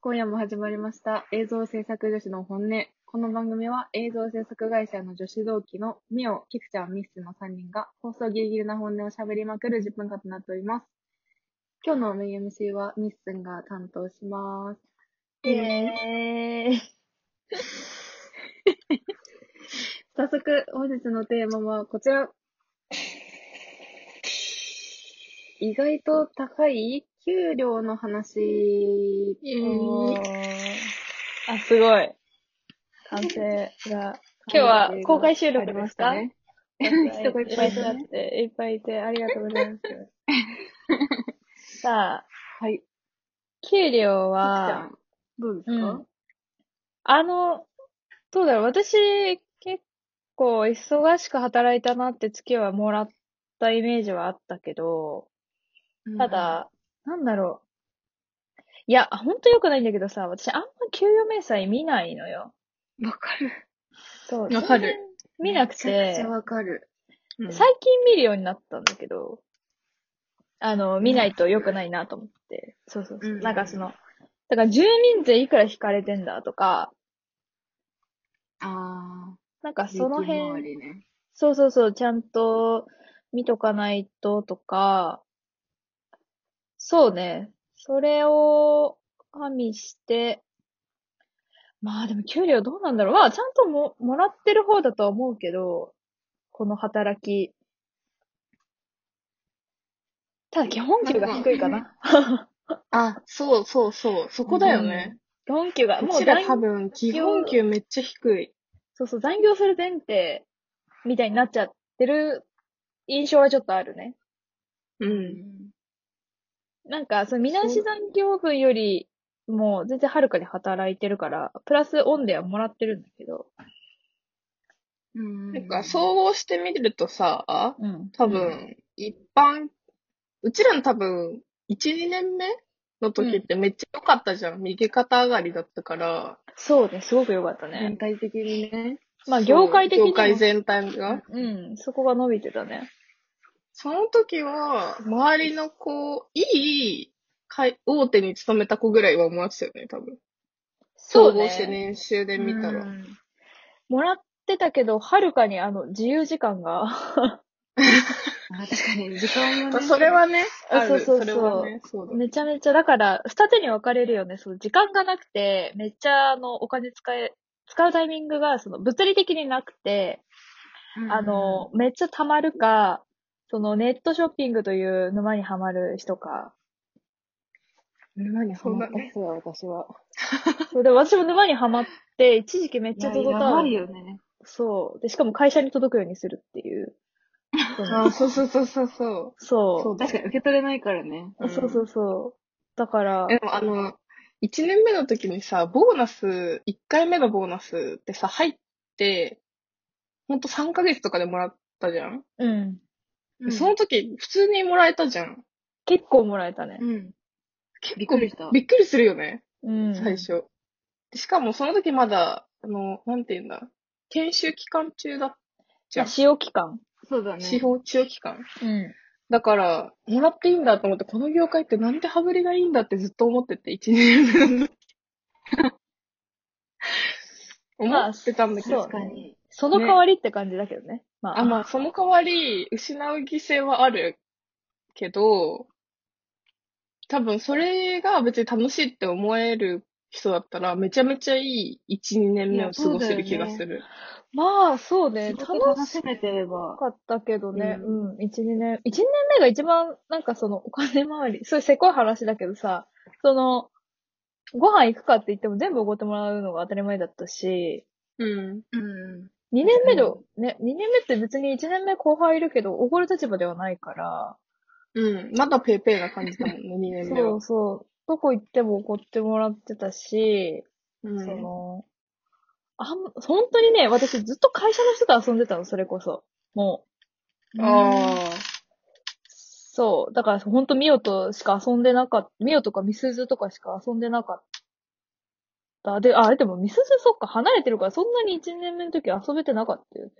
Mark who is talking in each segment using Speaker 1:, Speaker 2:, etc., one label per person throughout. Speaker 1: 今夜も始まりました映像制作女子の本音。この番組は映像制作会社の女子同期のミオ、キクちゃん、ミッスの3人が放送ギリギリな本音を喋りまくる10分間となっております。今日のメイン MC はミッスンが担当します。
Speaker 2: イエーイ。
Speaker 1: 早速、本日のテーマはこちら。意外と高い給料の話。
Speaker 2: おーあ、すごい。完成が。今日は公開収録ですか
Speaker 1: ありましたね
Speaker 2: 人
Speaker 1: がいっぱいいてね
Speaker 2: いて、いっぱいいて、ありがとうございます。さあ、
Speaker 1: はい。
Speaker 2: 給料
Speaker 1: キクちゃ
Speaker 2: は、
Speaker 1: ん、どうですか、
Speaker 2: うんあの、どうだろう、私、結構忙しく働いたなって月はもらったイメージはあったけど、ただ、なんだろう。いや、ほんと良くないんだけどさ、私あんま給与明細見ないのよ。
Speaker 1: うん、わかる。
Speaker 2: そう。
Speaker 3: わか
Speaker 2: 全
Speaker 3: る
Speaker 2: 然見なく
Speaker 1: めちゃくち
Speaker 2: て
Speaker 1: ゃ、わかる。
Speaker 3: うん
Speaker 2: 最近見るようになったんだけど、あの、見ないと良くないなと思って。そうそうそう。
Speaker 1: うん
Speaker 2: なんかその、だから住民税いくら引かれてんだとか、
Speaker 1: あ
Speaker 2: なんか
Speaker 1: あ、
Speaker 2: その
Speaker 1: 利益回
Speaker 2: 辺、
Speaker 1: りね。
Speaker 2: そうそうそう、ちゃんと見とかないととか、そうね。それを加味して、まあでも給料どうなんだろう。まあちゃんとも、もらってる方だとは思うけど、この働き。ただ基本給が低いかな。
Speaker 3: あ、そうそうそう。そこだよね。
Speaker 2: 基本給が、
Speaker 3: う
Speaker 2: もう
Speaker 3: ちら
Speaker 2: 残
Speaker 3: 多分、基本給めっちゃ低い。
Speaker 2: そうそう、残業する前提みたいになっちゃってる印象はちょっとあるね。
Speaker 3: う。
Speaker 1: うんん。
Speaker 2: なんか、その、みなし残業分より、もう、全然はるかに働いてるから、プラスオンではもらってるんだけど。
Speaker 1: うん。
Speaker 3: なんか、総合してみるとさ、
Speaker 2: うん。
Speaker 3: 多分、一般、うちらの多分、1、2年目の時ってめっちゃ良かったじゃん。右肩上がりだったから。
Speaker 2: そうね、すごく良かった
Speaker 1: 全
Speaker 2: ね。
Speaker 1: 体的にね。
Speaker 2: まあ、
Speaker 3: そう
Speaker 2: 業界的にも。
Speaker 3: 業界全体が。
Speaker 2: うん、そこが伸びてたね。
Speaker 3: その時は、周りの子、いい会、大手に勤めた子ぐらいは思わせたよね、多分。総合して年収で見たら。
Speaker 2: うんもらってたけど、はるかに、あの、自由時間が、
Speaker 1: あ確かに、時間
Speaker 3: ま
Speaker 1: も
Speaker 3: あ
Speaker 1: ね。
Speaker 3: それはね、
Speaker 2: あ
Speaker 3: ある
Speaker 2: そうそうそう
Speaker 3: れはね、そうだね。
Speaker 2: めちゃめちゃ、だから、二手に分かれるよね。その、時間がなくて、めっちゃ、あの、お金使え、使うタイミングが、その、物理的になくて、
Speaker 1: うん、
Speaker 2: あの、めっちゃ溜まるか、そのネットショッピングという沼にはまる人か。
Speaker 1: 沼に
Speaker 3: そうだね
Speaker 1: すわ、私は。
Speaker 2: そうで、私も沼にはまって、一時期めっ
Speaker 1: い
Speaker 2: ちゃ
Speaker 1: や、
Speaker 2: 届
Speaker 1: や
Speaker 2: いた
Speaker 1: ばいよね。
Speaker 2: そう。で、しかも会社に届くようにするっていう。そ
Speaker 3: あ
Speaker 2: の
Speaker 3: ー、そうそうそうそうそう。そ
Speaker 2: そう
Speaker 3: だ
Speaker 1: 確かに受け取れないからね。
Speaker 2: う。そうそうそう。だから、
Speaker 3: でもあの、1年目の時にさ、ボーナス、1回目のボーナスってさ、入って、ほんと3ヶ月とかでもらったじゃん、
Speaker 2: うん。
Speaker 1: うん
Speaker 3: その時、普通にもらえたじゃん。
Speaker 2: 結構もらえたね。
Speaker 1: うん。
Speaker 3: 結
Speaker 1: びっ
Speaker 3: 構
Speaker 1: くりした
Speaker 3: びっくりするよね、
Speaker 2: うん。
Speaker 3: 最。初。でしかもその時まだ、あの、なんて言うんだ、研修期間中だ、じゃん。
Speaker 2: 使用期間。
Speaker 1: そうだね。
Speaker 3: 司法中期間
Speaker 2: うん。
Speaker 3: だから、もらっていいんだと思って、この業界ってなんて羽振りがいいんだってずっと思ってて、一年分の時思ってたんだけど。
Speaker 2: そう
Speaker 1: 確かに。
Speaker 2: その
Speaker 3: ね
Speaker 2: 代わりって感じだけどね。まあ。
Speaker 3: あ、まあ、その代わり、失う犠牲はあるけど、多分それが別に楽しいって思える人だったら、めちゃめちゃいい1、2年目を過ごせる気がする。
Speaker 2: まあ、そうね。
Speaker 1: 仕
Speaker 2: 楽
Speaker 1: 事楽しめてれば
Speaker 2: よ。かったけどね、
Speaker 3: う
Speaker 2: うん、一、二年、一、二年目が一番、なんかその、お金回り、そういうせこい話だけどさ、その、ご飯行くかって言っても全部おごってもらうのが当たり前だったし、
Speaker 3: うん。
Speaker 1: うん。
Speaker 2: 二年目の、ね、二年目って別に一年目後輩いるけど、おごる立場ではないから、
Speaker 3: うん。まだペーペーな感じだもんね、2年目
Speaker 2: そ
Speaker 3: は
Speaker 2: う。そう、どこ行ってもおごってもらってたし、
Speaker 3: うん
Speaker 2: その、あん、本当にね、私ずっと会社の人と遊んでたの、それこそ。もう、
Speaker 3: ああ。
Speaker 2: そう。だから、ほんとミオとしか遊んでなかった。ミオとかミスズとかしか遊んでなかった。で、あ、でもミスズそっか、離れてるから、そんなに1年目の時遊べてなかったよね。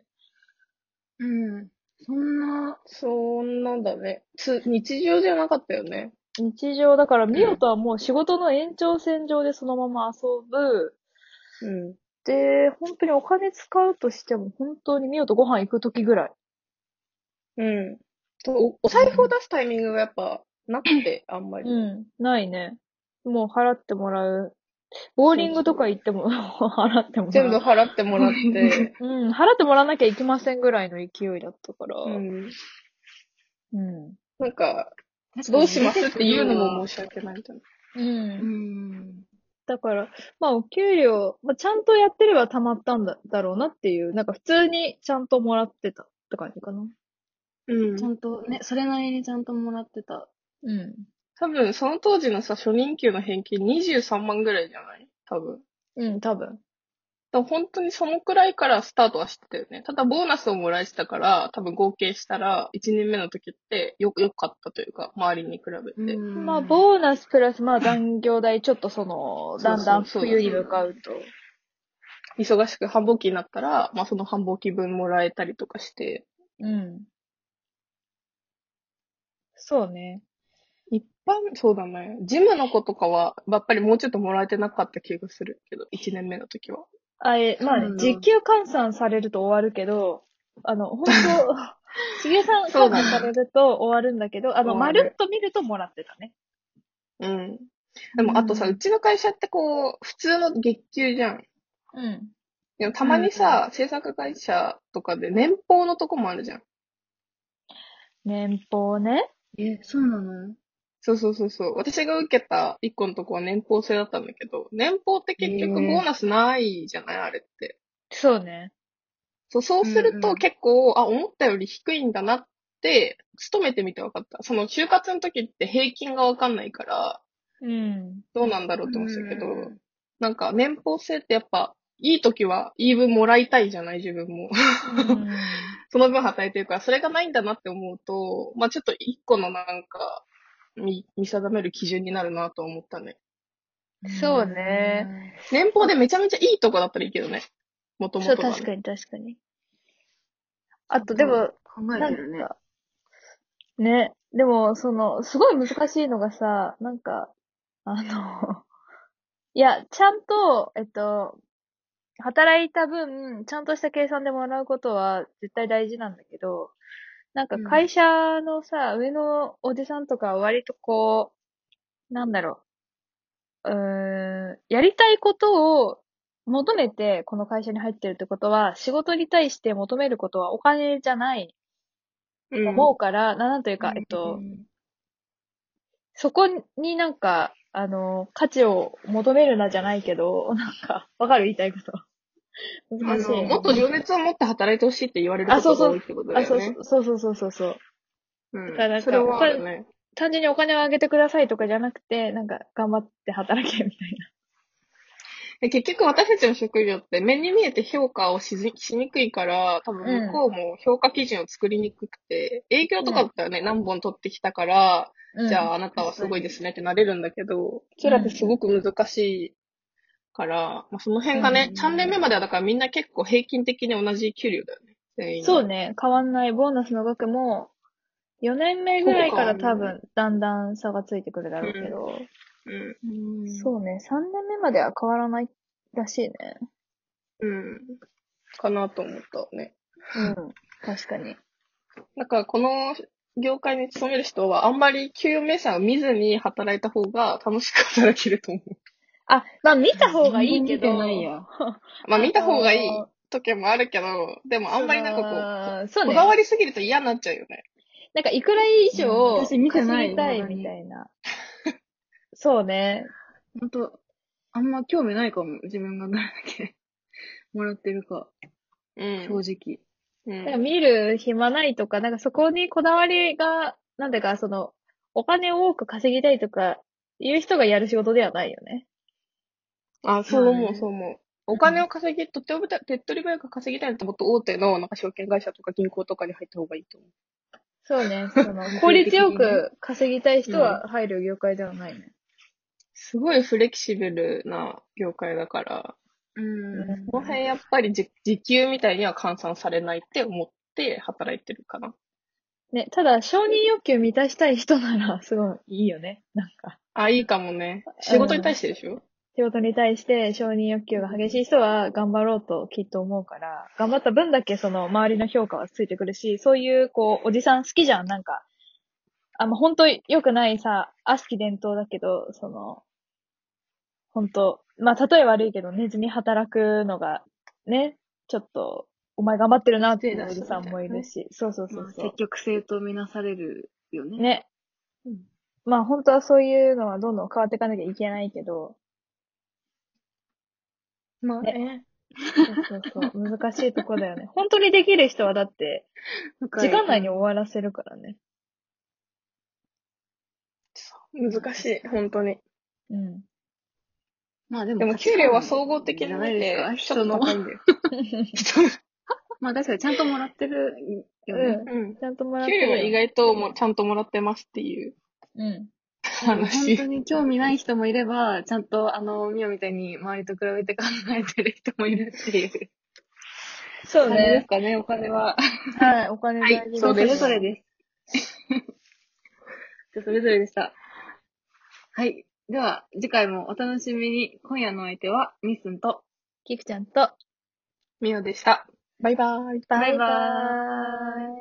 Speaker 1: うん。そんな、
Speaker 3: そんなんだね。つ、日常じゃなかったよね。
Speaker 2: 日常、だから、ミオとはもう仕事の延長線上でそのまま遊ぶ。
Speaker 3: うん。
Speaker 2: で、本当にお金使うとしても、本当にミオとご飯行くときぐらい。
Speaker 3: うん。とおお財布を出すタイミングがやっぱなくて、あんまり。
Speaker 2: うん。ないね。もう払ってもらう。ボーリングとか行っても、 払ってもらう。
Speaker 3: 全部払ってもらって。
Speaker 2: うん。払ってもらわなきゃいけませんぐらいの勢いだったから。
Speaker 3: うん。
Speaker 2: うん。
Speaker 3: なんか、どうしますって言うのも申し訳ないみたいな。
Speaker 2: う。
Speaker 1: うんん。
Speaker 2: だから、まあお給料、まあ、ちゃんとやってれば貯まったんだだろうなっていう、なんか普通にちゃんともらってたって感じかな。
Speaker 3: うん
Speaker 1: ちゃんとね、それなりにちゃんともらってた。
Speaker 2: うん。
Speaker 3: 多分、その当時のさ、初任給の平均23万ぐらいじゃない多分。
Speaker 2: うん、多分。
Speaker 3: だから本当にそのくらいからスタートはしてたよね。ただ、ボーナスをもらえてたから、多分合計したら、1年目の時ってよ、よかったというか、周りに比べて。
Speaker 2: まあ、
Speaker 1: ー
Speaker 2: ボーナスプラス、まあ、残業代、ちょっとその、だんだん
Speaker 3: そうそうそう
Speaker 2: 冬に向かうと。
Speaker 3: 忙しく繁忙期になったら、まあ、その繁忙期分もらえたりとかして。
Speaker 2: うん。そうね。
Speaker 3: 一般、そうだね。ジムの子とかは、やっぱりもうちょっともらえてなかった気がするけど、1年目の時は。
Speaker 2: あえ、まあね
Speaker 1: う、ん
Speaker 2: 時給換算されると終わるけど、あの、本当しげさん換
Speaker 3: そ
Speaker 2: 算
Speaker 3: うだね
Speaker 2: されると終わるんだけど、あの、
Speaker 3: 終
Speaker 2: ま
Speaker 3: わる
Speaker 2: るっと見るともらってたね。
Speaker 3: うん。でも、あとさ、
Speaker 1: うん
Speaker 3: うちの会社ってこう、普通の月給じゃん。
Speaker 2: うん。
Speaker 3: でもたまにさ、制作会社とかで年俸のとこもあるじゃん。
Speaker 2: 年俸ね。
Speaker 1: え、そうなの
Speaker 3: そうそうそうそう。私が受けた一個のとこは年俸制だったんだけど、年俸って結局
Speaker 1: へえ
Speaker 3: ボーナスないじゃない、あれって。
Speaker 2: そうね。
Speaker 3: そう、そうする
Speaker 1: うんう
Speaker 3: と
Speaker 1: ん
Speaker 3: 結構、あ、思ったより低いんだなって、勤めてみて分かった。その就活の時って平均が分かんないから、
Speaker 2: うん。
Speaker 3: どうなんだろうって思ってたけど、
Speaker 1: うんうん
Speaker 3: なんか年俸制ってやっぱ、いい時は言い分もらいたいじゃない、自分も。 その分働いてるから、それがないんだなって思うと、まあちょっと一個のなんか、見、見定める基準になるなと思ったね。
Speaker 2: そうね。。
Speaker 3: 年俸でめちゃめちゃいいとこだったらいいけどね。もとも
Speaker 2: そう、
Speaker 3: とが、
Speaker 2: 確
Speaker 3: ね。
Speaker 2: かに確かに。あと、でも、
Speaker 1: 考え
Speaker 2: な
Speaker 1: て
Speaker 2: ん
Speaker 1: るね。
Speaker 2: か、ね、でも、その、すごい難しいのがさ、なんか、あの、 いや、ちゃんと、えっと、働いた分、ちゃんとした計算でもらうことは絶対大事なんだけど、なんか
Speaker 1: うん
Speaker 2: 会社のさ、上のおじさんとかは割とこう、なんだろう、うーん、やりたいことを求めてこの会社に入ってるってことは、仕事に対して求めることはお金じゃない
Speaker 3: うん
Speaker 2: 思うから、ななんというか、えっと、そこになんか、あの、価値を求めるなじゃないけど、 なんか、わかる言いたいこと。
Speaker 3: あ
Speaker 2: 難しい
Speaker 3: の、
Speaker 2: ね。
Speaker 3: もっと情熱を持って働いてほしいって言われることが多いってことだ
Speaker 2: あ、
Speaker 3: よ
Speaker 2: そう
Speaker 3: ね。
Speaker 2: そうそうそうそうそう。
Speaker 3: うん
Speaker 2: だからなんか
Speaker 3: それはあるね。
Speaker 2: 単純にお金をあげてくださいとかじゃなくて、なんか、頑張って働けみたい
Speaker 3: で結局私たちの職業って目に見えて評価をしずしにくいから、多分向こうも評価基準を作りにくくて、営業とかだったらね、何本取ってきたから、
Speaker 2: な。
Speaker 3: じゃああなたはすごいですねってなれるんだけど、うちらってすごく難しいから、まあ、その辺がね、
Speaker 1: うん
Speaker 3: 3年目まではだからみんな結構平均的に同じ給料だよね。全
Speaker 2: うん
Speaker 3: 員
Speaker 2: そうね、変わんない。ボーナスの額も、4年目ぐらいから
Speaker 3: そうか
Speaker 2: 多分、だんだん差がついてくるだろうけど、
Speaker 3: うん。
Speaker 2: そうね、3年目までは変わらないらしいね。
Speaker 3: うん。かなと思ったね。
Speaker 2: うん、確かに。
Speaker 3: だからこの業界に勤める人はあんまり給与明細を見ずに働いた方が楽しく働けると思う。
Speaker 2: あ、まあ見た方がいいけど。
Speaker 1: 全然見てないや。
Speaker 3: まあ見た方がいい
Speaker 2: あの
Speaker 3: 時もあるけど、でもあんまりなんかこ、
Speaker 2: う、そうう
Speaker 3: こ
Speaker 2: ね。
Speaker 3: だわりすぎると嫌になっちゃうよね。
Speaker 2: なんかいくら以上、
Speaker 1: うん私見てない
Speaker 2: 稼ぎたい
Speaker 1: 未だに
Speaker 2: みたいな。そうね。
Speaker 1: ほんと、あんま興味ないかも。自分がどれだけ もらってるか、
Speaker 3: うん。
Speaker 1: 正直。
Speaker 3: う
Speaker 2: なんか
Speaker 3: ん。
Speaker 2: 見る暇ないとか、なんかそこにこだわりが、なんだかその、お金を多く稼ぎたいとか、いう人がやる仕事ではないよね。
Speaker 3: あ、そう思う、そう思う。お金を稼ぎ、とっておぶた手っ取り早く稼ぎたいともっと大手のなんか証券会社とか銀行とかに入った方がいいと思う。
Speaker 2: そう ね。その、効率よく稼ぎたい人は入る業界ではないね。
Speaker 3: すごいフレキシブルな業界だから、
Speaker 1: うん。
Speaker 3: この辺やっぱり時時給みたいには換算されないって思って働いてるかな。
Speaker 2: ね、ただ、承認欲求満たしたい人なら、すごいいいよね。なんか、
Speaker 3: あ、いいかもね。仕事に対してでしょ
Speaker 2: 仕事に対して承認欲求が激しい人は頑張ろうときっと思うから、頑張った分だけその周りの評価はついてくるし、そういう、こう、おじさん好きじゃん、なんか。あの、本当良くないさ、悪しき伝統だけど、その、本当まあ、例え悪いけど、寝ずに働くのが、ね、ちょっと、お前頑張ってるなっていうおじさんもいるし、そうそうそうそう。
Speaker 1: 積極性とみなされるよね。
Speaker 2: ね。
Speaker 1: うん
Speaker 2: まあ本当はそういうのはどんどん変わっていかなきゃいけないけど、
Speaker 1: まあね。
Speaker 2: そうそうそう、 難しいとこだよね。本当にできる人はだって、時間内に終わらせるからね。
Speaker 3: 難しい、本当に。
Speaker 2: うん。
Speaker 1: まあでも、
Speaker 3: でも給料は総合的
Speaker 1: じ
Speaker 3: じ
Speaker 1: ゃ
Speaker 3: ゃ
Speaker 1: な
Speaker 3: ないい
Speaker 1: ですか、
Speaker 3: で、ち
Speaker 1: 人
Speaker 3: ょっと
Speaker 1: の。
Speaker 3: 高いんだよ。
Speaker 1: まあ確かにちゃんともらってるよね。
Speaker 2: う
Speaker 3: うん
Speaker 2: ん。ちゃんともらっ
Speaker 3: 給
Speaker 2: てる
Speaker 3: 料
Speaker 2: よ
Speaker 3: は意外ともちゃんともらってますっていう
Speaker 2: うん。
Speaker 1: 本当
Speaker 3: 話。
Speaker 1: に興味ない人もいれば、ちゃんとあの、ミオみたいに周りと比べて考えてる人もいるっていう
Speaker 2: そう
Speaker 1: 感じで
Speaker 2: ね
Speaker 1: す。かね、お金は。
Speaker 2: はい、お金大事
Speaker 3: はいそうです
Speaker 1: 人それぞれです。人それぞれでした。はい。では、次回もお楽しみに。今夜のお相手は、ミッスンと、
Speaker 2: キクちゃんと、
Speaker 3: みおでした。バイバーイ。
Speaker 2: バ
Speaker 1: バ
Speaker 2: イ
Speaker 1: イ
Speaker 2: バ
Speaker 1: バ
Speaker 2: ーイ。